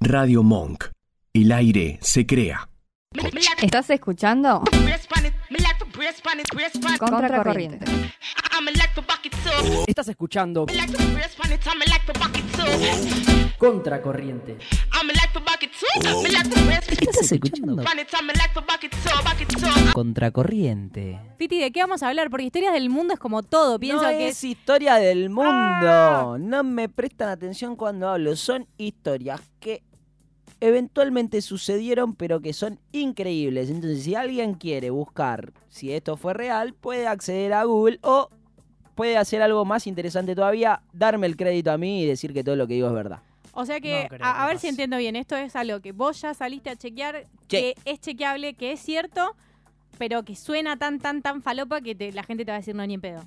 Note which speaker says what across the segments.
Speaker 1: Radio Monk. El aire se crea.
Speaker 2: ¿Estás escuchando?
Speaker 3: Contra
Speaker 2: Contracorriente.
Speaker 4: Estás escuchando Contracorriente. Estás escuchando Contracorriente.
Speaker 5: Fiti, ¿de qué vamos a hablar? Porque historias del mundo es como todo. Pienso
Speaker 4: no
Speaker 5: que
Speaker 4: es Ah. historia del mundo. No me prestan atención cuando hablo. Son historias que eventualmente sucedieron, pero que son increíbles. Entonces, si alguien quiere buscar si esto fue real, puede acceder a Google o puede hacer algo más interesante todavía, darme el crédito a mí y decir que todo lo que digo es verdad.
Speaker 5: O sea que,
Speaker 4: No creo
Speaker 5: a, a
Speaker 4: que
Speaker 5: ver
Speaker 4: pase.
Speaker 5: si entiendo bien, esto es algo que vos ya saliste a chequear,
Speaker 4: Sí.
Speaker 5: que es chequeable, que es cierto, pero que suena tan, tan, tan falopa que te- la gente te va a decir no ni en pedo.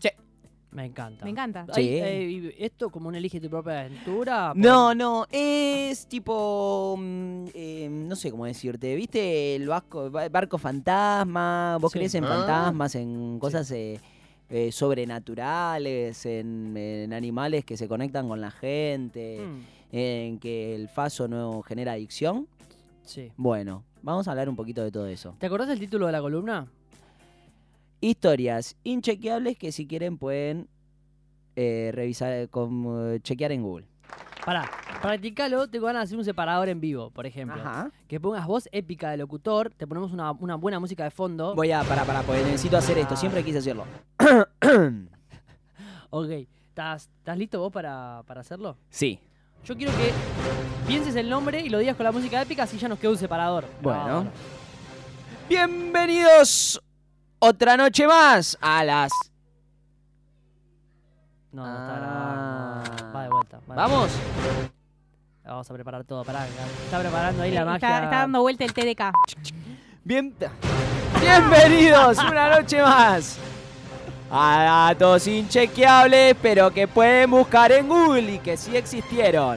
Speaker 6: Me encanta.
Speaker 5: Me encanta.
Speaker 4: Sí.
Speaker 6: Ay, eh, y esto como un elige tu propia aventura.
Speaker 4: No, no, es tipo, mm, eh, no sé cómo decirte, ¿viste el vasco- ba- barco fantasma? ¿Vos
Speaker 6: Sí.
Speaker 4: crees en
Speaker 7: Ah.
Speaker 4: fantasmas, en cosas eh, eh, sobrenaturales, en, en animales que se conectan con la gente,
Speaker 6: Mm,
Speaker 4: en que el faso no genera adicción?
Speaker 6: sí.
Speaker 4: Bueno, vamos a hablar un poquito de todo eso.
Speaker 6: ¿Te acordás del título de la columna?
Speaker 4: Historias inchequeables que si quieren pueden eh, revisar, con, eh, chequear en Google.
Speaker 6: Pará, practicalo, te van a hacer un separador en vivo, por ejemplo. Que pongas voz épica de locutor, te ponemos una, una buena música de fondo.
Speaker 4: Voy a, para, para, porque necesito hacer esto. Siempre quise hacerlo.
Speaker 6: Ok, ¿estás estás listo vos para, para hacerlo?
Speaker 4: Sí.
Speaker 6: Yo quiero que pienses el nombre y lo digas con la música épica, así ya nos queda un separador.
Speaker 4: Bueno.
Speaker 6: No,
Speaker 4: Bienvenidos otra noche más a las.
Speaker 6: no, no está grabando.
Speaker 4: Ah.
Speaker 6: Va de vuelta. va de
Speaker 4: Vamos.
Speaker 6: vuelta. Vamos a preparar todo, pará. Está preparando ahí la
Speaker 5: Está-
Speaker 6: magia.
Speaker 5: está, dando vuelta el TDK.
Speaker 4: Bien... Bienvenidos una noche más a datos inchequeables, pero que pueden buscar en Google y que sí existieron.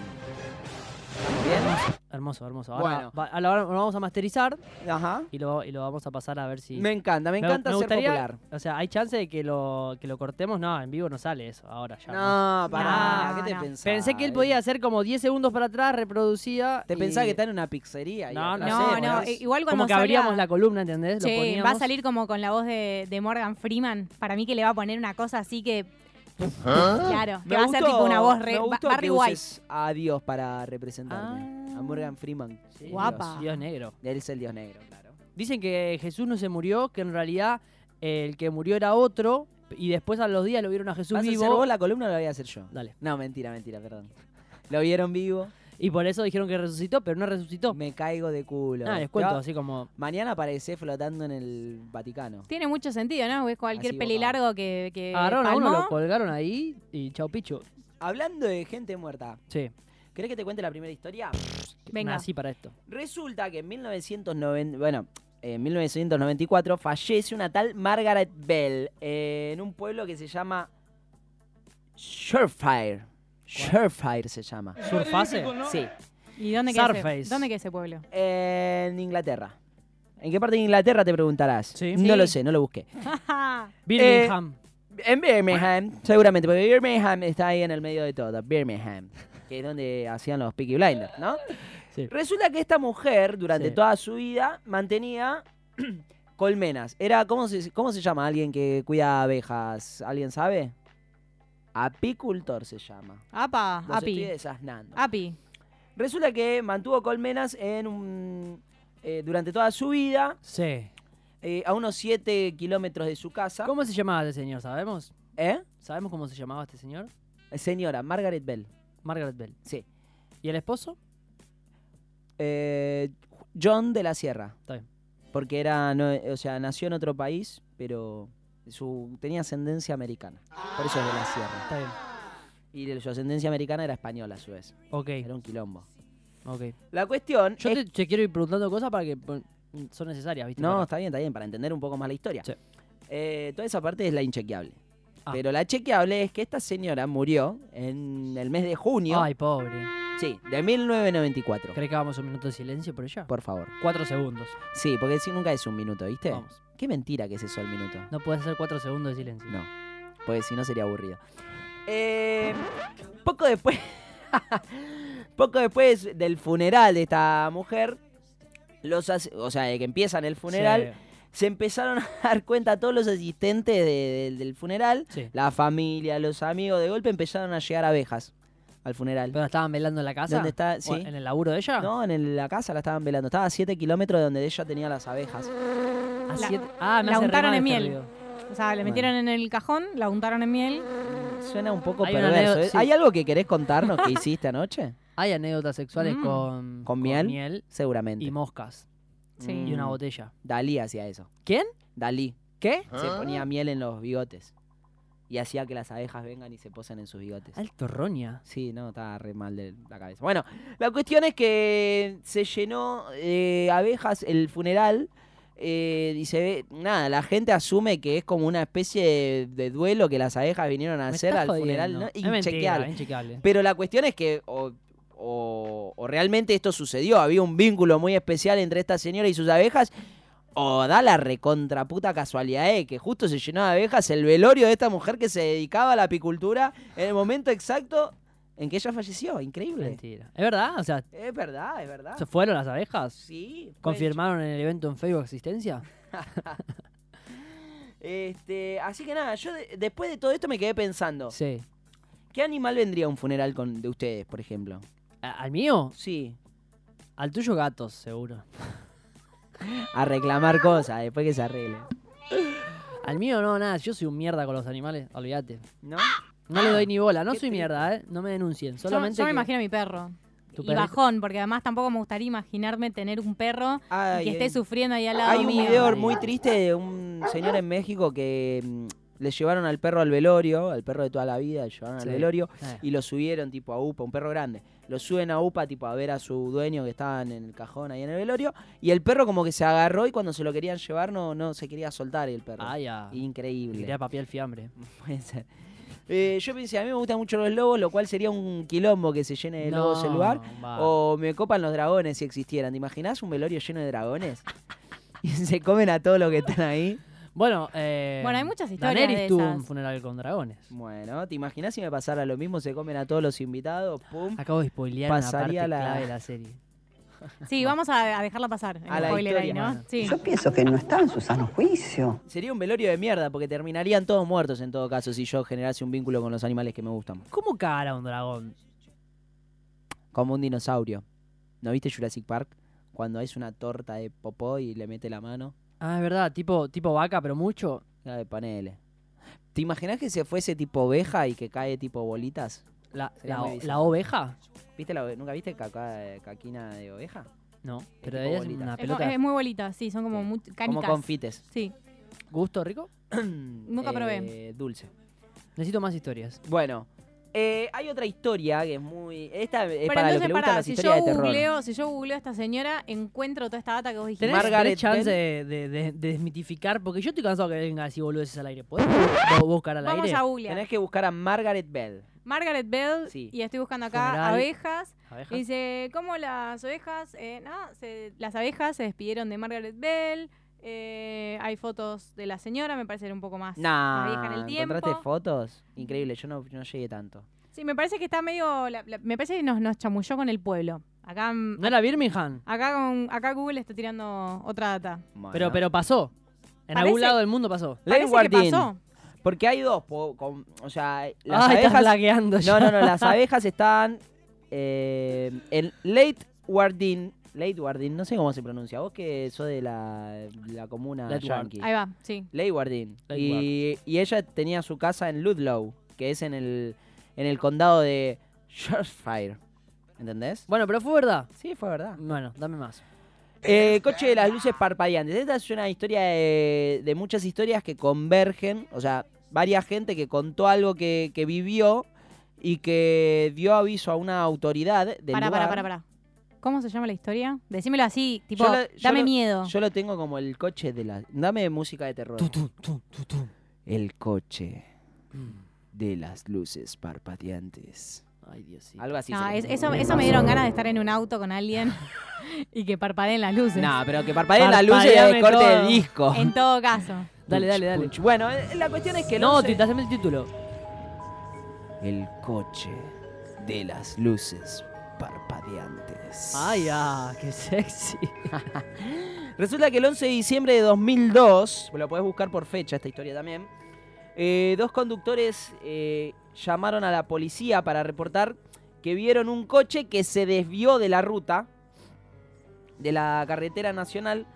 Speaker 4: ¿Bien?
Speaker 6: Hermoso, hermoso. Ahora,
Speaker 4: Bueno.
Speaker 6: va- ahora lo vamos a masterizar
Speaker 4: Ajá.
Speaker 6: y lo, y lo vamos a pasar a ver si.
Speaker 4: Me encanta, me
Speaker 6: Me-
Speaker 4: encanta
Speaker 6: me
Speaker 4: ser
Speaker 6: gustaría-
Speaker 4: popular.
Speaker 6: O sea, ¿hay chance de que lo, que lo cortemos? No, en vivo no sale eso ahora ya. ¿no?
Speaker 4: No, pará,
Speaker 5: No,
Speaker 4: ¿qué te
Speaker 5: no.
Speaker 4: pensás?
Speaker 6: Pensé que él podía hacer como 10 segundos para atrás, reproducía.
Speaker 4: ¿Te
Speaker 6: y-
Speaker 4: pensás que está en una pizzería? y
Speaker 6: No,
Speaker 4: otra
Speaker 6: sé,
Speaker 5: No,
Speaker 4: cosa?
Speaker 5: no,
Speaker 6: es
Speaker 5: eh, igual cuando
Speaker 6: Como que
Speaker 5: salga-
Speaker 6: abríamos la columna, ¿entendés?
Speaker 5: Che,
Speaker 6: lo
Speaker 5: va a
Speaker 6: poníamos.
Speaker 5: salir como con la voz de, de Morgan Freeman. Para mí que le va a poner una cosa así que, claro, que
Speaker 4: Me
Speaker 5: va a ser
Speaker 4: gustó-
Speaker 5: tipo una voz re,
Speaker 4: me
Speaker 5: Ba-
Speaker 4: gustó
Speaker 5: Barry
Speaker 4: que
Speaker 5: White.
Speaker 4: uses a Dios para representarme.
Speaker 6: Ah.
Speaker 4: A Morgan Freeman.
Speaker 6: Sí,
Speaker 5: Guapa.
Speaker 6: Dios, Dios negro.
Speaker 4: Dios. Él es el Dios negro, claro.
Speaker 6: Dicen que Jesús no se murió, que en realidad el que murió era otro y después a los días lo vieron a Jesús
Speaker 4: ¿Vas a
Speaker 6: vivo.
Speaker 4: hacer vos la columna o la voy a hacer yo?
Speaker 6: Dale.
Speaker 4: No, mentira, mentira, perdón. Lo vieron vivo,
Speaker 6: Y por eso dijeron que resucitó, pero no resucitó.
Speaker 4: me caigo de culo.
Speaker 5: Ah,
Speaker 6: Nada, les cuento,
Speaker 4: Pero
Speaker 6: así como.
Speaker 4: Mañana aparecé flotando en el Vaticano.
Speaker 5: Tiene mucho sentido, ¿no? Es cualquier
Speaker 4: Así,
Speaker 5: pelilargo que,
Speaker 4: Eh,
Speaker 5: que
Speaker 6: Agarraron a uno,
Speaker 5: palmó.
Speaker 6: lo colgaron ahí y chao picho.
Speaker 4: Hablando de gente muerta,
Speaker 6: Sí,
Speaker 4: ¿querés que te cuente la primera historia?
Speaker 5: Venga.
Speaker 6: nací para esto.
Speaker 4: Resulta que en 1990, bueno, en 1994 fallece una tal Margaret Bell eh, en un pueblo que se llama Surefire. Surefire se llama.
Speaker 6: ¿Surfase?
Speaker 4: Sí,
Speaker 5: ¿Y dónde queda, ese,
Speaker 6: Surface.
Speaker 5: dónde queda ese pueblo?
Speaker 4: en Inglaterra. ¿En qué parte de Inglaterra te preguntarás?
Speaker 6: Sí.
Speaker 4: No lo
Speaker 5: Sí.
Speaker 4: sé, no lo busqué.
Speaker 6: Birmingham.
Speaker 4: Eh, En Birmingham, seguramente, porque Birmingham está ahí en el medio de todo. Birmingham, que es donde hacían los Peaky Blinders, ¿no?
Speaker 6: Sí.
Speaker 4: Resulta que esta mujer, durante
Speaker 6: Sí.
Speaker 4: toda su vida, mantenía colmenas. Era, ¿cómo se, ¿Cómo se llama alguien que cuida abejas? ¿Alguien sabe? Apicultor se llama.
Speaker 5: Apa,
Speaker 4: Los estoy
Speaker 5: Api.
Speaker 4: desasnando.
Speaker 5: Api.
Speaker 4: Resulta que mantuvo colmenas en un, eh, durante toda su vida,
Speaker 6: Sí.
Speaker 4: eh, a unos 7 kilómetros de su casa.
Speaker 6: ¿Cómo se llamaba este señor? ¿Sabemos?
Speaker 4: ¿Eh?
Speaker 6: ¿Sabemos cómo se llamaba este señor?
Speaker 4: Señora, Margaret Bell.
Speaker 6: Margaret Bell.
Speaker 4: Sí.
Speaker 6: ¿Y el esposo?
Speaker 4: Eh, John de la Sierra.
Speaker 6: Está bien.
Speaker 4: Porque era, no, eh, o sea, nació en otro país, pero su, tenía ascendencia americana. Por eso es de la Sierra.
Speaker 6: Está bien.
Speaker 4: Y de- su ascendencia americana era española a su vez.
Speaker 6: Ok,
Speaker 4: Era un quilombo.
Speaker 6: ok.
Speaker 4: La cuestión
Speaker 6: Yo
Speaker 4: es-
Speaker 6: te, te quiero ir preguntando cosas para que pon- son necesarias, ¿viste?
Speaker 4: eh, No,
Speaker 6: Para-
Speaker 4: está bien, está bien, para entender un poco más la historia.
Speaker 6: Sí.
Speaker 4: Eh, toda esa parte es la inchequeable.
Speaker 6: Ah.
Speaker 4: Pero la chequeable es que esta señora murió en el mes de junio
Speaker 6: Ay, pobre.
Speaker 4: sí, de 1994.
Speaker 6: ¿Crees que hagamos un minuto de silencio por ella?
Speaker 4: Por favor.
Speaker 6: Cuatro segundos.
Speaker 4: Sí, porque si nunca es un minuto, ¿viste?
Speaker 6: Vamos.
Speaker 4: Qué mentira que es eso el minuto.
Speaker 6: No puedes hacer cuatro segundos de silencio.
Speaker 4: Pues No, porque si no sería aburrido. Eh, poco después. Poco después del funeral de esta mujer, los as- o sea, de que empiezan el funeral, se empezaron a dar cuenta todos los asistentes de- de- del funeral,
Speaker 6: Sí, sí.
Speaker 4: la familia, los amigos, de golpe empezaron a llegar abejas al funeral.
Speaker 6: ¿Pero ah. estaban velando en la casa?
Speaker 4: ¿Dónde está?
Speaker 6: ¿O
Speaker 4: Sí.
Speaker 6: ¿En el laburo de ella?
Speaker 4: No, en el- la casa la estaban velando. Estaba a 7 kilómetros de donde ella tenía las abejas.
Speaker 6: Ah,
Speaker 5: La-
Speaker 6: siete- ah, me
Speaker 5: la
Speaker 6: hace re
Speaker 5: untaron
Speaker 6: mal
Speaker 5: en
Speaker 6: este
Speaker 5: miel.
Speaker 6: ruido.
Speaker 5: O sea, le metieron en el cajón, la untaron en miel.
Speaker 4: Suena un poco
Speaker 6: Hay una
Speaker 4: perverso.
Speaker 6: anécdota,
Speaker 4: ¿eh?
Speaker 6: sí.
Speaker 4: ¿Hay algo que querés contarnos que hiciste anoche?
Speaker 6: Hay anécdotas sexuales
Speaker 5: Mm.
Speaker 6: con,
Speaker 4: miel? Seguramente.
Speaker 6: y moscas
Speaker 5: Sí.
Speaker 6: y una
Speaker 4: Mm.
Speaker 6: botella.
Speaker 4: Dalí hacía eso.
Speaker 6: ¿Quién?
Speaker 4: Dalí.
Speaker 6: ¿Qué?
Speaker 4: Se ponía miel en los bigotes. Y hacía que las abejas vengan y se posen en sus bigotes.
Speaker 6: Alto roña.
Speaker 4: Sí, no, estaba re mal de la cabeza. Bueno, la cuestión es que se llenó de abejas el funeral. eh, y se ve, nada, la gente asume que es como una especie de, de duelo que las abejas vinieron a
Speaker 6: Me
Speaker 4: hacer
Speaker 6: estás
Speaker 4: al funeral.
Speaker 6: jodiendo.
Speaker 4: ¿no?
Speaker 6: Es mentira,
Speaker 4: Inchequeable.
Speaker 6: inchequeable.
Speaker 4: Pero la cuestión es que o, o- o realmente esto sucedió, había un vínculo muy especial entre esta señora y sus abejas, o da la recontraputa casualidad eh, que justo se llenó de abejas el velorio de esta mujer que se dedicaba a la apicultura en el momento exacto en que ella falleció. Increíble.
Speaker 6: Mentira. ¿Es verdad? O sea,
Speaker 4: Es verdad, es verdad.
Speaker 6: ¿se fueron las abejas?
Speaker 4: Sí. fue
Speaker 6: ¿Confirmaron en el evento en Facebook existencia?
Speaker 4: hecho. Este, así que nada, yo de- después de todo esto me quedé pensando,
Speaker 6: Sí.
Speaker 4: ¿qué animal vendría a un funeral con, de ustedes, por ejemplo?
Speaker 6: ¿A- ¿Al mío?
Speaker 4: Sí.
Speaker 6: Al tuyo gatos, seguro.
Speaker 4: A reclamar cosas después que se arregle.
Speaker 6: Al mío no, nada. Yo soy un mierda con los animales, olvídate.
Speaker 4: ¿No?
Speaker 6: No le doy ni bola, no
Speaker 4: Ah, Qué
Speaker 6: soy
Speaker 4: triste.
Speaker 6: mierda, ¿eh? No me denuncien.
Speaker 5: Yo-
Speaker 6: Solamente
Speaker 5: yo, me
Speaker 6: que
Speaker 5: imagino a mi perro.
Speaker 6: tu
Speaker 5: y
Speaker 6: perrito-
Speaker 5: bajón, porque además tampoco me gustaría imaginarme tener un perro y
Speaker 4: Ay,
Speaker 5: que esté
Speaker 4: eh,
Speaker 5: sufriendo ahí al lado
Speaker 4: Hay un
Speaker 5: mío.
Speaker 4: video muy triste de un señor en México que mm, le llevaron al perro al velorio, al perro de toda la vida, le llevaron
Speaker 6: Sí.
Speaker 4: al velorio
Speaker 6: Eh,
Speaker 4: y lo subieron tipo a UPA, un perro grande. Lo suben a UPA tipo a ver a su dueño que estaban en el cajón ahí en el velorio y el perro como que se agarró y cuando se lo querían llevar no, no se quería soltar el perro.
Speaker 6: Ay, ah.
Speaker 4: Increíble.
Speaker 6: Quería papiar el fiambre.
Speaker 4: Puede ser. Eh, yo pensé, a mí me gustan mucho los lobos, lo cual sería un quilombo que se llene de lobos el Eh, lugar.
Speaker 6: va.
Speaker 4: O me copan los dragones si existieran. ¿Te imaginas un velorio lleno de dragones? Y se comen a todos los que están ahí.
Speaker 6: Bueno, eh,
Speaker 5: Bueno, hay muchas historias
Speaker 6: Daenerys
Speaker 5: de
Speaker 6: tuvo
Speaker 5: esas.
Speaker 6: un funeral con dragones.
Speaker 4: Bueno, ¿te imaginas si me pasara lo mismo? Se comen a todos los invitados, pum.
Speaker 6: Acabo de spoilear una parte
Speaker 4: Pasaría la-
Speaker 6: clave de la serie.
Speaker 5: Sí, vamos a, a dejarla pasar. el
Speaker 4: A la
Speaker 5: spoiler ahí,
Speaker 4: historia.
Speaker 5: ¿no? Sí.
Speaker 3: Yo pienso que no está en su sano juicio.
Speaker 4: Sería un velorio de mierda, porque terminarían todos muertos en todo caso si yo generase un vínculo con los animales que me gustan.
Speaker 6: ¿Cómo cara un dragón?
Speaker 4: Como un dinosaurio. ¿No viste Jurassic Park? Cuando es una torta de popó y le mete la mano.
Speaker 6: Ah, es verdad, tipo, tipo vaca, pero mucho.
Speaker 4: La de panele. ¿Te imaginas que se fuese tipo oveja y que cae tipo bolitas?
Speaker 6: La,
Speaker 4: Sería
Speaker 6: la-
Speaker 4: muy
Speaker 6: la
Speaker 4: bizarro.
Speaker 6: oveja.
Speaker 4: ¿Viste la, ove- ¿Nunca viste caca- eh, caquina de oveja?
Speaker 6: No, pero
Speaker 4: tipo
Speaker 6: es
Speaker 4: bolita.
Speaker 6: una
Speaker 5: Es, co-
Speaker 6: pelota.
Speaker 5: es muy bolita, sí, son como
Speaker 4: Sí.
Speaker 5: muy canicas.
Speaker 4: Como Eh, confites.
Speaker 5: Sí.
Speaker 6: ¿Gusto rico?
Speaker 4: Nunca
Speaker 5: probé.
Speaker 4: Mm, eh, Dulce.
Speaker 6: Necesito más historias.
Speaker 4: Bueno, eh, hay otra historia que es muy. Esta es
Speaker 5: Pero
Speaker 4: para los
Speaker 5: entonces,
Speaker 4: que le
Speaker 5: pará,
Speaker 4: gustan las
Speaker 5: si yo
Speaker 4: historias de terror.
Speaker 5: googleo, si yo googleo a esta señora, encuentro toda esta data que vos dijiste.
Speaker 6: ¿Tenés, tenés
Speaker 4: Margaret
Speaker 6: chance de, de- de- de desmitificar? Porque yo estoy cansado que venga así boludeces al aire. ¿Podés bu- buscar al
Speaker 5: Vamos
Speaker 6: aire?
Speaker 5: a googlear.
Speaker 4: Tenés que buscar a Margaret Bell.
Speaker 5: Margaret Bell,
Speaker 4: Sí.
Speaker 5: y estoy buscando acá
Speaker 6: Funeral.
Speaker 5: abejas.
Speaker 6: ¿Abeja?
Speaker 5: Dice, ¿cómo las ovejas? eh, no, se- las abejas se despidieron de Margaret Bell. eh, hay fotos de la señora, me parece que era un poco más, más vieja en
Speaker 4: Nah,
Speaker 5: el
Speaker 4: ¿encontraste
Speaker 5: tiempo.
Speaker 4: fotos? Increíble, yo no, yo no llegué tanto.
Speaker 5: Sí, me parece que está medio. la- la- me parece que nos, nos chamulló con el pueblo. Acá, mm,
Speaker 6: No era Birmingham,
Speaker 5: acá, con- acá Google está tirando otra data.
Speaker 6: pero,
Speaker 4: Bueno.
Speaker 6: pero pasó. En algún
Speaker 5: Parece-
Speaker 6: lado del mundo pasó.
Speaker 4: Len
Speaker 5: Parece que
Speaker 4: Wardin,
Speaker 5: pasó.
Speaker 4: Porque hay dos. po- con- o sea, las
Speaker 6: Ay, estás
Speaker 4: abejas.
Speaker 6: lagueando
Speaker 4: No,
Speaker 6: ya.
Speaker 4: no, no, las abejas están eh, en Late Wardin. Late Wardin, no sé cómo se pronuncia. Vos que sos de la, la comuna
Speaker 6: Late Ward.
Speaker 4: yankee.
Speaker 5: Ahí va, sí.
Speaker 4: Leywardin.
Speaker 6: Leyward.
Speaker 4: Y, y ella tenía su casa en Ludlow, que es en el, en el condado de Shropshire. ¿Entendés?
Speaker 6: Bueno, pero fue verdad.
Speaker 4: Sí, fue verdad.
Speaker 6: Bueno, dame más.
Speaker 4: Eh, coche de las luces parpadeantes. Esta es una historia de, de muchas historias que convergen. O sea, varias gente que contó algo que, que vivió y que dio aviso a una autoridad del
Speaker 5: Para, para,
Speaker 4: lugar.
Speaker 5: para, para. ¿Cómo se llama la historia? Decímelo así, tipo,
Speaker 4: Yo lo- yo
Speaker 5: dame
Speaker 4: lo-
Speaker 5: miedo.
Speaker 4: Yo lo tengo como el coche de la... Dame música de terror.
Speaker 6: Tu, tu, tu, tu, tu.
Speaker 4: El coche
Speaker 6: Mm.
Speaker 4: de las luces parpadeantes.
Speaker 6: Ay, Dios sí.
Speaker 4: Algo así.
Speaker 5: no,
Speaker 4: se le
Speaker 5: es-
Speaker 4: llama.
Speaker 5: eso, eso me dieron ganas de estar en un auto con alguien y que parpadeen las luces.
Speaker 4: No, pero que parpadeen la luz y
Speaker 6: Parpadeame
Speaker 4: el corte
Speaker 6: todo.
Speaker 4: del disco.
Speaker 5: En todo caso.
Speaker 6: Dale, dale, dale.
Speaker 4: Puch. Bueno, eh, la cuestión es que el
Speaker 6: No,
Speaker 4: 11
Speaker 6: te haceme el título.
Speaker 4: el coche de las luces parpadeantes.
Speaker 6: ¡Ay, ah! ¡Qué sexy!
Speaker 4: Resulta que el 11 de diciembre de 2002, pues lo podés buscar por fecha esta historia también, eh, dos conductores eh, llamaron a la policía para reportar que vieron un coche que se desvió de la ruta de la carretera nacional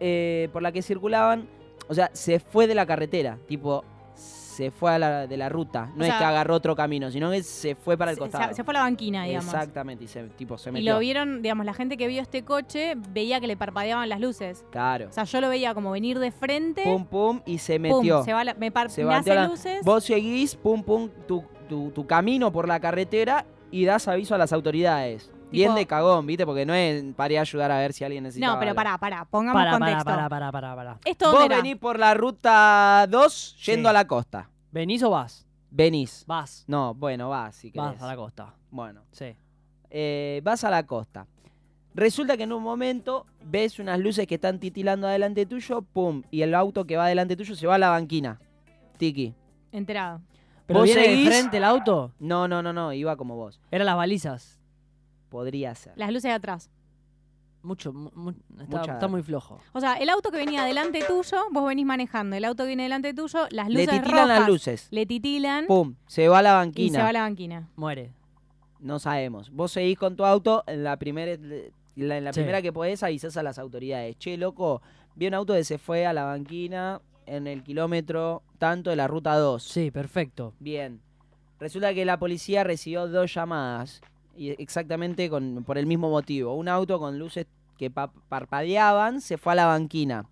Speaker 4: eh, por la que circulaban. O sea, se fue de la carretera, tipo, se fue a la- de la ruta.
Speaker 5: O
Speaker 4: No es
Speaker 5: sea,
Speaker 4: que agarró otro camino, sino que se fue para el
Speaker 5: Se-
Speaker 4: costado.
Speaker 5: Se, se fue a la banquina, digamos.
Speaker 4: Exactamente, y se, tipo, se
Speaker 5: Y
Speaker 4: metió.
Speaker 5: lo vieron, digamos, la gente que vio este coche veía que le parpadeaban las luces.
Speaker 4: Claro.
Speaker 5: O sea, yo lo veía como venir de frente,
Speaker 4: Pum, pum, y se
Speaker 5: pum,
Speaker 4: metió.
Speaker 5: se va la, me, par-
Speaker 4: Se
Speaker 5: me
Speaker 4: volteó
Speaker 5: hace
Speaker 4: la-
Speaker 5: luces.
Speaker 4: Vos seguís, pum, pum, tu, tu- tu camino por la carretera y das aviso a las autoridades. Bien de cagón, ¿viste? Porque no es paré a ayudar a ver si alguien necesita.
Speaker 5: no, pero pará, pará, pongamos
Speaker 6: Para, para,
Speaker 5: contexto.
Speaker 6: para, para, para, para.
Speaker 5: ¿Esto dónde
Speaker 4: Vos
Speaker 5: era?
Speaker 4: venís por la ruta 2 yendo
Speaker 6: Sí.
Speaker 4: a la costa.
Speaker 6: ¿Venís o vas?
Speaker 4: Venís.
Speaker 6: Vas.
Speaker 4: No, bueno, vas si querés.
Speaker 6: Vas a la costa.
Speaker 4: Bueno,
Speaker 6: Sí.
Speaker 4: eh, vas a la costa. Resulta que en un momento ves unas luces que están titilando adelante tuyo, pum, y el auto que va adelante tuyo se va a la banquina. Tiki.
Speaker 5: Enterado.
Speaker 6: ¿Pero
Speaker 4: ¿Vos
Speaker 6: viene
Speaker 4: seguís?
Speaker 6: de frente el auto?
Speaker 4: No, no, no, no, iba como vos.
Speaker 6: Eran las balizas.
Speaker 4: Podría ser.
Speaker 5: Las luces de atrás.
Speaker 6: Mucho, mu- mu- está,
Speaker 4: Mucha-
Speaker 6: está muy flojo.
Speaker 5: O sea, el auto que venía delante tuyo, vos venís manejando. El auto que viene delante tuyo, las
Speaker 4: Le
Speaker 5: luces
Speaker 4: titilan las
Speaker 5: rojas,
Speaker 4: luces.
Speaker 5: Le titilan
Speaker 4: Pum, se va a la
Speaker 5: y
Speaker 4: banquina.
Speaker 5: se va a la banquina.
Speaker 6: Muere.
Speaker 4: No sabemos. Vos seguís con tu auto, en la primera, la- en la
Speaker 6: Sí.
Speaker 4: primera que podés avisás a las autoridades. Che, loco, vi un auto que se fue a la banquina en el kilómetro tanto de la ruta 2.
Speaker 6: Sí, perfecto.
Speaker 4: Bien. Resulta que la policía recibió dos llamadas. Y exactamente con, por el mismo motivo. Un auto con luces que pa- parpadeaban se fue a la banquina.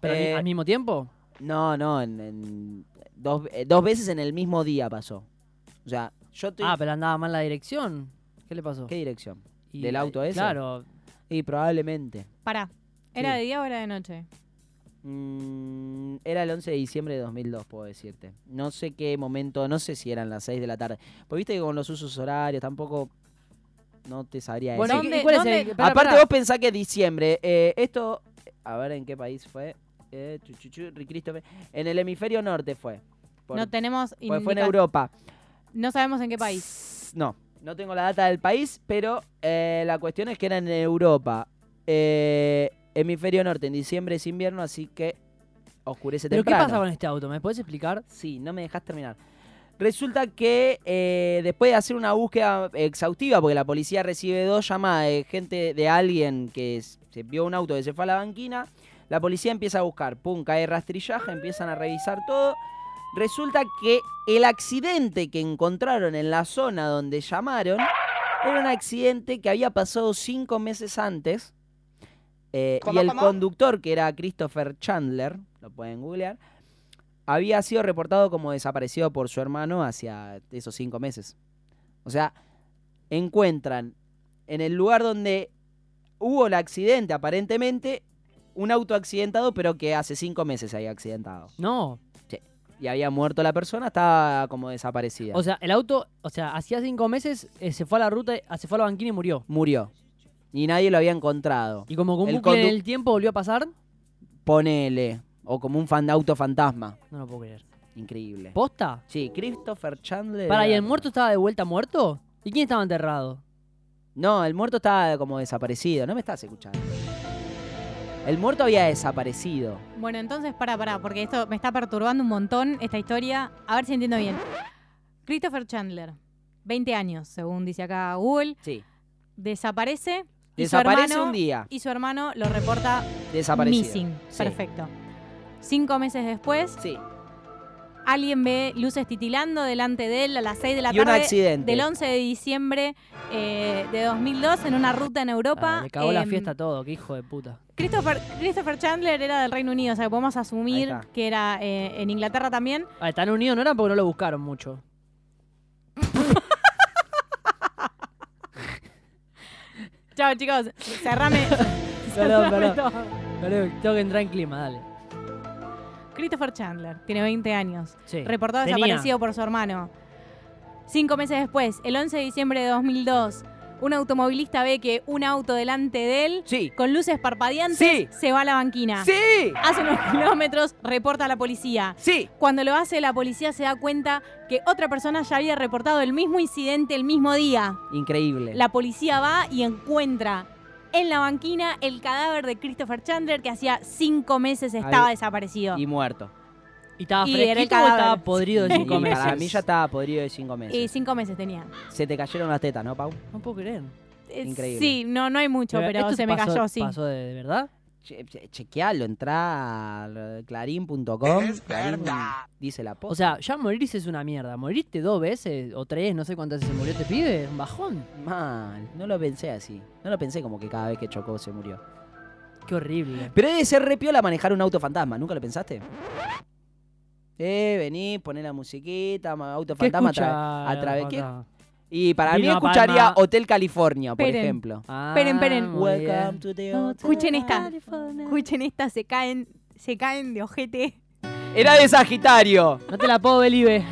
Speaker 6: ¿Pero al mi-
Speaker 4: Eh,
Speaker 6: al mismo tiempo?
Speaker 4: No, no, en, en- dos, eh, dos veces en el mismo día pasó. O sea, yo estoy...
Speaker 6: Ah, pero andaba mal la dirección. ¿Qué le pasó?
Speaker 4: ¿Qué dirección?
Speaker 6: Y-
Speaker 4: ¿Del auto ese?
Speaker 6: Claro.
Speaker 4: Y probablemente.
Speaker 5: Pará. ¿Era
Speaker 4: Sí.
Speaker 5: de día o era de noche?
Speaker 4: Mm, era el 11 de diciembre de 2002, puedo decirte. No sé qué momento, no sé si eran las 6 de la tarde. Pues viste que con los usos horarios tampoco no te sabría
Speaker 6: Bueno,
Speaker 4: decir.
Speaker 6: ¿y
Speaker 5: ¿Dónde-
Speaker 6: cuál es
Speaker 5: dónde-
Speaker 6: el- pará,
Speaker 4: Aparte
Speaker 6: pará.
Speaker 4: vos pensás que diciembre, eh, esto, a ver en qué país fue, eh, chu, chu, chu, Ri- Christopher- en el hemisferio norte fue. Por- pues
Speaker 5: no tenemos
Speaker 4: fue- fue en
Speaker 5: indica-
Speaker 4: Europa.
Speaker 5: No sabemos en qué país.
Speaker 4: S- No, no tengo la data del país, pero eh, la cuestión es que era en Europa. Eh, hemisferio norte, en diciembre es invierno, así que oscurece
Speaker 6: ¿Pero qué
Speaker 4: temprano.
Speaker 6: pasa con este auto? ¿Me puedes explicar?
Speaker 4: Sí, no me dejas terminar. Resulta que eh, después de hacer una búsqueda exhaustiva, porque la policía recibe dos llamadas de gente, de alguien que s- se vio un auto que se fue a la banquina, la policía empieza a buscar, pum, cae rastrillaje, empiezan a revisar todo. Resulta que el accidente que encontraron en la zona donde llamaron era un accidente que había pasado cinco meses antes. eh, y
Speaker 3: ¿Cómo,
Speaker 4: el
Speaker 3: cómo?
Speaker 4: conductor, que era Christopher Chandler, lo pueden googlear, había sido reportado como desaparecido por su hermano hacia esos cinco meses. O sea, encuentran en el lugar donde hubo el accidente, aparentemente, un auto accidentado, pero que hace cinco meses se había accidentado.
Speaker 6: No.
Speaker 4: Y había muerto la persona, estaba como desaparecida.
Speaker 6: O sea, el auto, o sea, hacía cinco meses eh, se fue a la ruta, eh, se fue a la banquina y murió.
Speaker 4: Murió. Y nadie lo había encontrado.
Speaker 6: Y como con un
Speaker 4: El
Speaker 6: bucle en
Speaker 4: condu-
Speaker 6: el tiempo volvió a pasar.
Speaker 4: Ponele. O como un fan auto fantasma.
Speaker 6: No lo puedo creer.
Speaker 4: Increíble.
Speaker 6: ¿Posta?
Speaker 4: Sí, Christopher Chandler.
Speaker 6: Para, ¿y
Speaker 4: era-
Speaker 6: el muerto estaba de vuelta muerto? ¿Y quién estaba enterrado?
Speaker 4: No, el muerto estaba como desaparecido. No me estás escuchando. El muerto había desaparecido.
Speaker 5: Bueno, entonces pará, pará, porque esto me está perturbando un montón esta historia. A ver si entiendo bien. Christopher Chandler, 20 años, según dice acá Google,
Speaker 4: Sí.
Speaker 5: desaparece. y su
Speaker 4: Desaparece
Speaker 5: hermano-
Speaker 4: un día.
Speaker 5: Y su hermano lo reporta
Speaker 4: Desaparecido.
Speaker 5: missing.
Speaker 4: Sí.
Speaker 5: Perfecto. Cinco meses después,
Speaker 4: Sí.
Speaker 5: alguien ve luces titilando delante de él a las 6 de la
Speaker 4: Y un
Speaker 5: tarde
Speaker 4: accidente.
Speaker 5: del 11 de diciembre eh, de 2002 en una ruta en Europa.
Speaker 6: Ah, le cagó la
Speaker 5: Em,
Speaker 6: fiesta a todo, qué hijo de puta.
Speaker 5: Christopher, Christopher Chandler era del Reino Unido, o sea, que podemos asumir
Speaker 4: Ahí está.
Speaker 5: que era eh, en Inglaterra también.
Speaker 6: Ah, tan unidos no eran porque no lo buscaron mucho.
Speaker 5: Chao, chicos. Cerrame.
Speaker 6: Perdón,
Speaker 5: cerrame
Speaker 6: perdón.
Speaker 5: todo.
Speaker 6: Pero tengo que entrar en clima, dale.
Speaker 5: Christopher Chandler, tiene 20 años.
Speaker 6: Sí.
Speaker 5: Reportado
Speaker 6: Tenía.
Speaker 5: desaparecido por su hermano. Cinco meses después, el 11 de diciembre de 2002, Un automovilista ve que un auto delante de él,
Speaker 4: Sí.
Speaker 5: con luces parpadeantes,
Speaker 4: Sí.
Speaker 5: se va a la banquina.
Speaker 4: Sí.
Speaker 5: Hace unos kilómetros, reporta a la policía.
Speaker 4: Sí.
Speaker 5: Cuando lo hace, la policía se da cuenta que otra persona ya había reportado el mismo incidente el mismo día.
Speaker 4: Increíble.
Speaker 5: La policía va y encuentra en la banquina el cadáver de Christopher Chandler que hacía cinco meses estaba
Speaker 4: Ahí.
Speaker 5: desaparecido.
Speaker 4: Y muerto.
Speaker 6: ¿Y estaba
Speaker 5: Y era el
Speaker 6: fresquito o estaba
Speaker 5: cadáver.
Speaker 6: podrido de
Speaker 4: Y
Speaker 6: cinco meses?
Speaker 4: Para mí ya estaba podrido de cinco meses.
Speaker 5: Y cinco meses tenía.
Speaker 4: Se te cayeron las tetas, ¿no, Pau?
Speaker 6: No puedo creer.
Speaker 5: Eh,
Speaker 4: Increíble.
Speaker 5: Sí, no, no hay mucho, pero,
Speaker 6: ¿esto
Speaker 5: se me
Speaker 6: pasó-
Speaker 5: cayó, sí.
Speaker 6: ¿Pasó de, de verdad?
Speaker 4: Che- che- chequealo, entrá a clarín.com. Clarín dice la
Speaker 6: O
Speaker 4: posta.
Speaker 6: sea, ya morirse es una mierda. Morirte dos veces o tres, no sé cuántas veces se murió este pibe, es un bajón.
Speaker 4: Mal, no lo pensé así. No lo pensé como que cada vez que chocó se murió.
Speaker 6: Qué horrible.
Speaker 4: Pero debe ser re piola manejar un auto fantasma, ¿nunca lo pensaste? Eh, vení, poné la musiquita, ma- auto
Speaker 6: ¿Qué
Speaker 4: fantasma
Speaker 6: escucha
Speaker 4: a
Speaker 6: la
Speaker 4: través.
Speaker 6: vaca?
Speaker 4: Y para mí
Speaker 6: Vilma
Speaker 4: escucharía
Speaker 6: Palma.
Speaker 4: Hotel California, por
Speaker 5: Esperen.
Speaker 4: ejemplo.
Speaker 6: Ah,
Speaker 5: Esperen, esperen.
Speaker 6: muy bien.
Speaker 4: Welcome to the hotel.
Speaker 5: Escuchen esta. Escuchen esta, se caen, se caen de ojete.
Speaker 4: Era de Sagitario.
Speaker 6: No te la puedo ver, Ibe.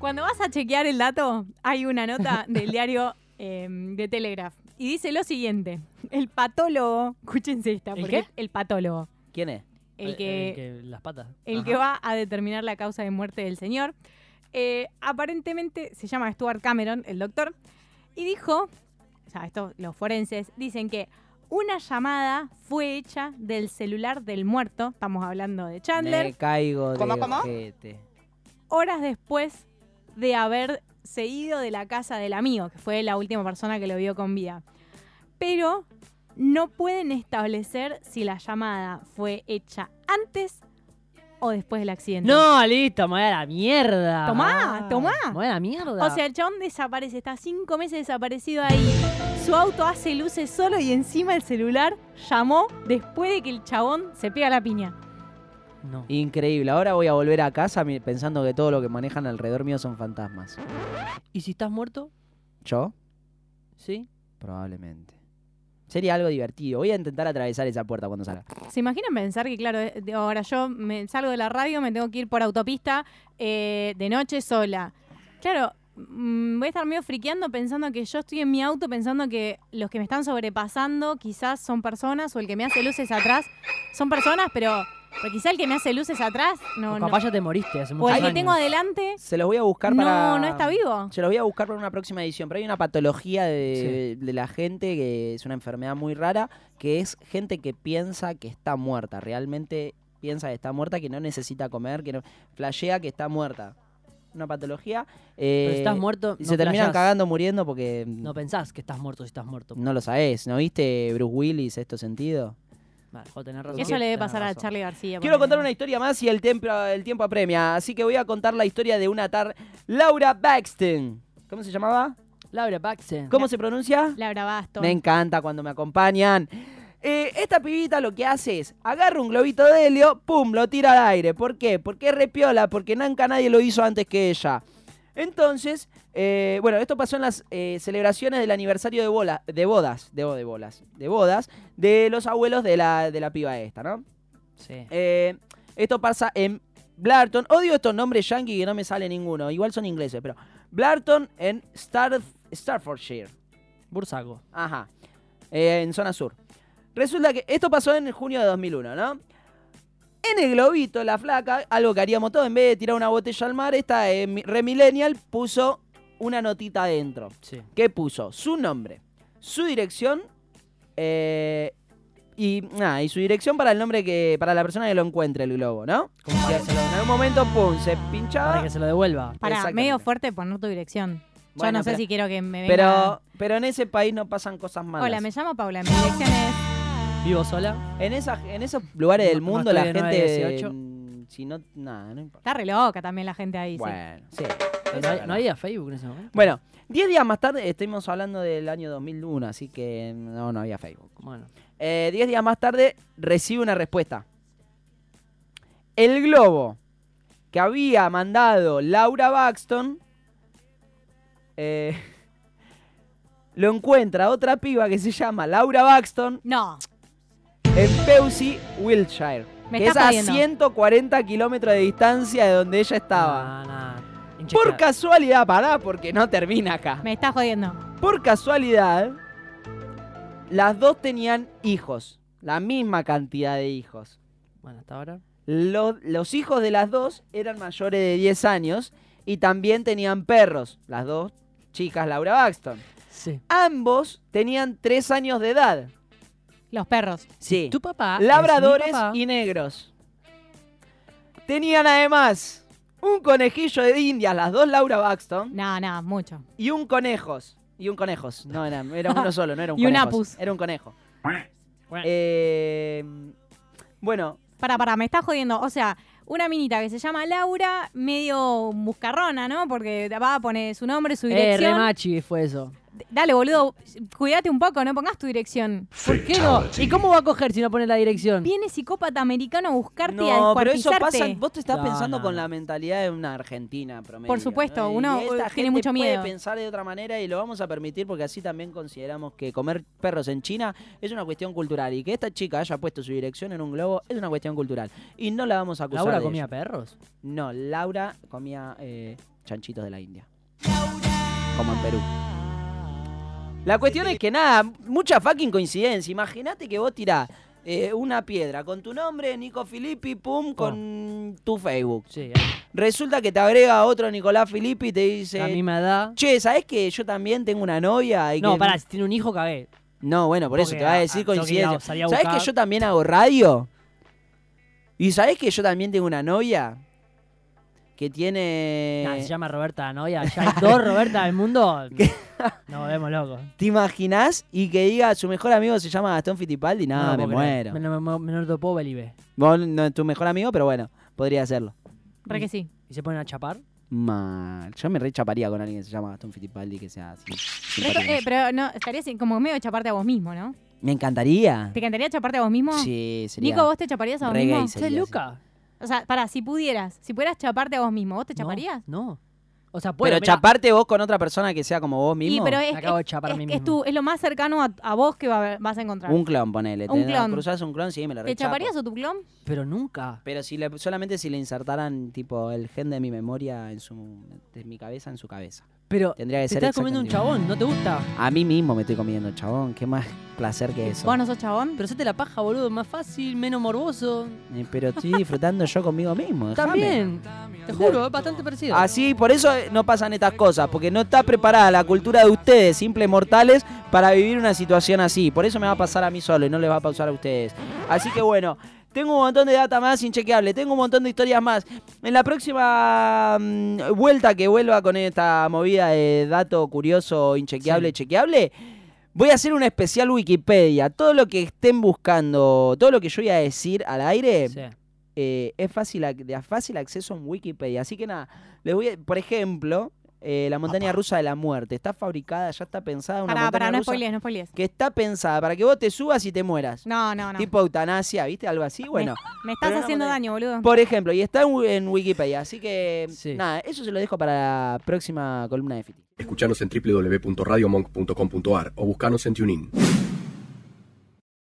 Speaker 5: Cuando vas a chequear el dato, hay una nota del diario eh, de Telegraph. Y dice lo siguiente: el patólogo, escúchense esta,
Speaker 6: ¿El
Speaker 5: porque
Speaker 6: qué? Eh,
Speaker 5: el patólogo,
Speaker 4: ¿Quién es?
Speaker 5: el
Speaker 4: eh,
Speaker 5: que
Speaker 6: Las patas.
Speaker 5: el que va a determinar la causa de muerte del señor. Eh, aparentemente se llama Stuart Cameron, el doctor, y dijo, o sea, esto, los forenses dicen que una llamada fue hecha del celular del muerto, estamos hablando de Chandler,
Speaker 4: Me caigo de ojete.
Speaker 5: horas después de haberse ido de la casa del amigo, que fue la última persona que lo vio con vida. Pero no pueden establecer si la llamada fue hecha antes o después del accidente.
Speaker 6: No, listo, me voy a la mierda. Ah.
Speaker 5: Tomá, tomá.
Speaker 6: Me voy a la mierda.
Speaker 5: O sea, el chabón desaparece, está cinco meses desaparecido ahí. Su auto hace luces solo y encima el celular llamó después de que el chabón se pega la piña.
Speaker 6: No.
Speaker 4: Increíble. Ahora voy a volver a casa mi- pensando que todo lo que manejan alrededor mío son fantasmas.
Speaker 6: ¿Y si estás muerto?
Speaker 4: ¿Yo?
Speaker 6: Sí.
Speaker 4: Probablemente. Sería algo divertido. Voy a intentar atravesar esa puerta cuando salga.
Speaker 5: ¿Se imaginan pensar que, claro, eh, de- ahora yo me salgo de la radio, me tengo que ir por autopista eh, de noche sola? Claro, mm, voy a estar medio friqueando pensando que yo estoy en mi auto, pensando que los que me están sobrepasando quizás son personas o el que me hace luces atrás son personas, pero, pero quizá el que me hace luces atrás
Speaker 6: O
Speaker 5: no. no.
Speaker 6: capaz ya te moriste hace
Speaker 5: O
Speaker 6: muchos
Speaker 5: el
Speaker 6: años.
Speaker 5: que tengo adelante
Speaker 4: Se los voy a buscar
Speaker 5: no,
Speaker 4: para.
Speaker 5: no está vivo.
Speaker 4: Se los voy a buscar para una próxima edición. Pero hay una patología de, de la gente que es una enfermedad muy rara, que es gente que piensa que está muerta. Realmente piensa que está muerta, que no necesita comer, que no. Flashea que está muerta. Una patología. eh,
Speaker 6: Pero si estás muerto,
Speaker 4: y
Speaker 6: no
Speaker 4: se terminan
Speaker 6: flashás.
Speaker 4: cagando muriendo porque mm,
Speaker 6: No
Speaker 4: no,
Speaker 6: pensás que estás muerto si estás muerto.
Speaker 4: lo sabés. ¿No viste Bruce Willis, esto sentido?
Speaker 6: Vale, jo, tenés razón.
Speaker 5: Eso le debe
Speaker 6: Tenés
Speaker 5: pasar a
Speaker 6: razón.
Speaker 5: Charlie García.
Speaker 4: Quiero
Speaker 5: ponele.
Speaker 4: contar una historia más y el, templo, el tiempo apremia. Así que voy a contar la historia de una tar Laura Baxton. ¿Cómo se llamaba?
Speaker 6: Laura Paxen.
Speaker 4: ¿Cómo se pronuncia?
Speaker 5: Laura Bastos.
Speaker 4: Me encanta cuando me acompañan. Eh, esta pibita lo que hace es agarra un globito de helio, pum, lo tira al aire. ¿Por qué? Porque es repiola, porque nunca nadie lo hizo antes que ella. Entonces, eh, bueno, esto pasó en las eh, celebraciones del aniversario de, bola, de bodas, de, bo- de bolas, de bodas, de los abuelos de la, de la piba esta, ¿no?
Speaker 6: Sí.
Speaker 4: Eh, esto pasa en Blarton. Odio estos nombres yankee que no me sale ninguno. Igual son ingleses, pero. Blarton en Starf- Staffordshire.
Speaker 6: Bursaco.
Speaker 4: Ajá. Eh, en zona sur. Resulta que esto pasó en junio de 2001, ¿no? En el globito, la flaca, algo que haríamos todos, en vez de tirar una botella al mar, esta eh, mi- re millennial puso una notita adentro.
Speaker 6: Sí.
Speaker 4: ¿Qué puso? Su nombre, su dirección eh, y, nada, y su dirección para el nombre que para la persona que lo encuentre el globo, ¿no?
Speaker 6: Como para, que se lo,
Speaker 4: En algún momento, pum, se
Speaker 6: para
Speaker 4: pinchaba.
Speaker 6: que se lo devuelva.
Speaker 5: Pará,
Speaker 4: Exactamente.
Speaker 5: medio fuerte poner tu dirección. Yo
Speaker 4: Bueno,
Speaker 5: no sé
Speaker 4: pero-
Speaker 5: si quiero que me venga.
Speaker 4: Pero, pero en ese país no pasan cosas malas.
Speaker 5: Hola, me llamo Paula. Mi dirección es.
Speaker 6: ¿Vivo sola?
Speaker 4: En, esas- en esos lugares del
Speaker 6: No- no
Speaker 4: mundo la
Speaker 6: estoy de
Speaker 4: gente...
Speaker 6: 9 a 18.
Speaker 4: mm, Si no, nada, no importa.
Speaker 5: Está re loca también la gente ahí. sí.
Speaker 4: Bueno, sí.
Speaker 6: No, hay- no había Facebook en ese momento.
Speaker 4: Bueno, 10 días más tarde, estuvimos hablando del año 2001, así que no, no había Facebook.
Speaker 6: Bueno.
Speaker 4: Eh, diez días más tarde recibe una respuesta. El globo que había mandado Laura Baxton eh, lo encuentra otra piba que se llama Laura Baxton
Speaker 5: No,
Speaker 4: en Pewsey, Wiltshire.
Speaker 5: Me
Speaker 4: que es
Speaker 5: estás
Speaker 4: a
Speaker 5: jodiendo. Ah,
Speaker 4: 140 kilómetros de distancia de donde ella estaba.
Speaker 6: Nah, nah. Manchester.
Speaker 4: Por casualidad, pará, porque no termina acá.
Speaker 5: Me está jodiendo.
Speaker 4: Por casualidad, las dos tenían hijos. La misma cantidad de hijos.
Speaker 6: Bueno, hasta ahora.
Speaker 4: Lo- Los, hijos de las dos eran mayores de 10 años y también tenían perros. Las dos chicas Laura Baxton.
Speaker 6: Sí.
Speaker 4: Ambos tenían 3 años de edad.
Speaker 5: Los perros.
Speaker 4: Sí.
Speaker 6: Tu
Speaker 5: Ah,
Speaker 6: papá.
Speaker 4: Labradores
Speaker 6: y.
Speaker 4: y negros. Tenían además un conejillo de indias, las dos Laura Baxton,
Speaker 5: No, no, mucho.
Speaker 4: y un conejos. Y un conejos. No, era, era uno solo, no era un
Speaker 5: Y un
Speaker 4: conejos,
Speaker 5: apus.
Speaker 4: Era un conejo. Eh, bueno,
Speaker 5: Para, para, me está jodiendo. O sea, una minita que se llama Laura, medio buscarrona, ¿no? Porque va a poner su nombre, su
Speaker 6: Eh,
Speaker 5: dirección.
Speaker 6: remachi fue eso.
Speaker 5: Dale, boludo, cuídate un poco, no pongas tu dirección.
Speaker 6: ¿Por qué no? ¿Y cómo va a coger si no pone la dirección?
Speaker 5: Viene psicópata americano a buscarte y a
Speaker 4: no, pero eso
Speaker 5: descuartizarte.
Speaker 4: pasa. Vos te estás
Speaker 6: No,
Speaker 4: pensando
Speaker 6: no,
Speaker 4: con
Speaker 6: no.
Speaker 4: la mentalidad de una argentina promedio.
Speaker 5: Por supuesto,
Speaker 4: ¿no? Y
Speaker 5: uno,
Speaker 4: esta
Speaker 5: eh,
Speaker 4: gente
Speaker 5: tiene mucho miedo.
Speaker 4: Puede pensar de otra manera y lo vamos a permitir porque así también consideramos que comer perros en China es una cuestión cultural y que esta chica haya puesto su dirección en un globo es una cuestión cultural y no la vamos a acusar.
Speaker 6: ¿Laura
Speaker 4: de
Speaker 6: comía
Speaker 4: ello.
Speaker 6: perros?
Speaker 4: No, Laura comía eh, chanchitos de la India. Como en Perú. La cuestión es que nada, mucha fucking coincidencia. Imagínate que vos tirás eh, una piedra con tu nombre, Nico Filippi,
Speaker 6: Oh.
Speaker 4: pum, con tu Facebook.
Speaker 6: Sí, eh.
Speaker 4: Resulta que te agrega otro Nicolás Filippi y te
Speaker 6: a
Speaker 4: dice.
Speaker 6: misma edad.
Speaker 4: Che, ¿sabés que yo también tengo una novia? Y
Speaker 6: No,
Speaker 4: que-
Speaker 6: pará, si tiene un hijo, cagué.
Speaker 4: No, bueno, por eso
Speaker 6: Porque
Speaker 4: te va a
Speaker 6: a-
Speaker 4: decir
Speaker 6: a- tengo que ir a-
Speaker 4: coincidencia.
Speaker 6: salir a
Speaker 4: ¿Sabés que
Speaker 6: buscar.
Speaker 4: yo también hago radio? ¿Y sabés que yo también tengo una novia? Que tiene.
Speaker 6: Nah, se llama Roberta la novia. Ya hay dos Roberta del mundo. Nos volvemos locos.
Speaker 4: ¿Te imaginás? Y que diga, su mejor amigo se llama Gastón Fittipaldi.
Speaker 6: No
Speaker 4: Nada,
Speaker 6: lo
Speaker 4: me
Speaker 6: puedo creer. Me,
Speaker 4: muero.
Speaker 6: me- me- me lo topó Belibe.
Speaker 4: Vos no es tu mejor amigo, pero bueno, podría hacerlo.
Speaker 5: Re que sí.
Speaker 6: ¿Y se ponen a chapar?
Speaker 4: Mal. Yo me rechaparía con alguien que se llama Gastón Fittipaldi que sea así.
Speaker 5: Re que-
Speaker 4: simpático.
Speaker 5: eh, pero no, estaría así, como medio chaparte a vos mismo, ¿no?
Speaker 4: me encantaría.
Speaker 5: ¿Te encantaría chaparte a vos mismo?
Speaker 4: Sí, sería.
Speaker 5: Nico, ¿vos te chaparías a vos
Speaker 4: re
Speaker 5: mismo?
Speaker 4: gay, sí.
Speaker 6: ¿Estás
Speaker 4: Sería así.
Speaker 6: loca?
Speaker 5: O sea, para, si pudieras, si pudieras chaparte a vos mismo, ¿vos te chaparías?
Speaker 6: No. no. O sea,
Speaker 4: pero
Speaker 6: puedo, mira,
Speaker 4: chaparte vos con otra persona que sea como vos mismo.
Speaker 5: Y, pero es,
Speaker 6: Me acabo de
Speaker 5: es-
Speaker 6: chapar a
Speaker 5: es
Speaker 6: mí
Speaker 5: que es,
Speaker 6: mismo.
Speaker 5: tu- es lo más cercano a, a vos que va a haber- vas a encontrar.
Speaker 4: Un clon, ponele.
Speaker 5: Un
Speaker 4: Te-
Speaker 5: clon.
Speaker 4: Cruzás un clon, sí, me lo
Speaker 5: ¿Te
Speaker 4: rechapo.
Speaker 5: chaparías o tu clon?
Speaker 6: Pero nunca.
Speaker 4: Pero si le- solamente si le insertaran tipo el gen de mi memoria en su, de mi cabeza en su cabeza.
Speaker 6: Pero te
Speaker 4: Tendría que ser
Speaker 6: estás comiendo un
Speaker 4: exactamente igual.
Speaker 6: chabón, ¿no te gusta?
Speaker 4: A mí mismo me estoy comiendo, chabón. Qué más placer que eso.
Speaker 5: ¿Vos no sos chabón?
Speaker 6: Pero hacete la paja, boludo. Más fácil, menos morboso.
Speaker 4: Eh, Pero estoy disfrutando yo conmigo mismo. déjame.
Speaker 6: También. Te juro, es bastante parecido.
Speaker 4: Así, por eso eh, no pasan estas cosas, porque no está preparada la cultura de ustedes, simples mortales, para vivir una situación así. Por eso me va a pasar a mí solo y no les va a pasar a ustedes. Así que bueno, tengo un montón de data más inchequeable, tengo un montón de historias más. En la próxima mm, vuelta que vuelva con esta movida de dato curioso, inchequeable,
Speaker 6: Sí.
Speaker 4: chequeable, Voy a hacer un especial Wikipedia. Todo lo que estén buscando, todo lo que yo voy a decir al aire,
Speaker 6: Sí.
Speaker 4: eh, es fácil ac- de fácil acceso en Wikipedia. Así que nada, les voy a- por ejemplo, eh, la montaña rusa de la muerte está fabricada, ya está pensada una
Speaker 5: Para,
Speaker 4: montaña
Speaker 5: para, no
Speaker 4: rusa
Speaker 5: spoilees, no spoilees.
Speaker 4: que está pensada para que vos te subas y te mueras.
Speaker 5: No, no, no.
Speaker 4: Tipo eutanasia, ¿viste? Algo así. Bueno,
Speaker 5: Me estás
Speaker 4: pero no
Speaker 5: haciendo
Speaker 4: me-
Speaker 5: daño, boludo.
Speaker 4: por ejemplo, y está en, wi- en Wikipedia, así que
Speaker 6: Sí.
Speaker 4: nada, eso se lo dejo para la próxima columna de Fiti.
Speaker 7: Escuchanos en www.radiomonk.com.ar o buscanos en TuneIn.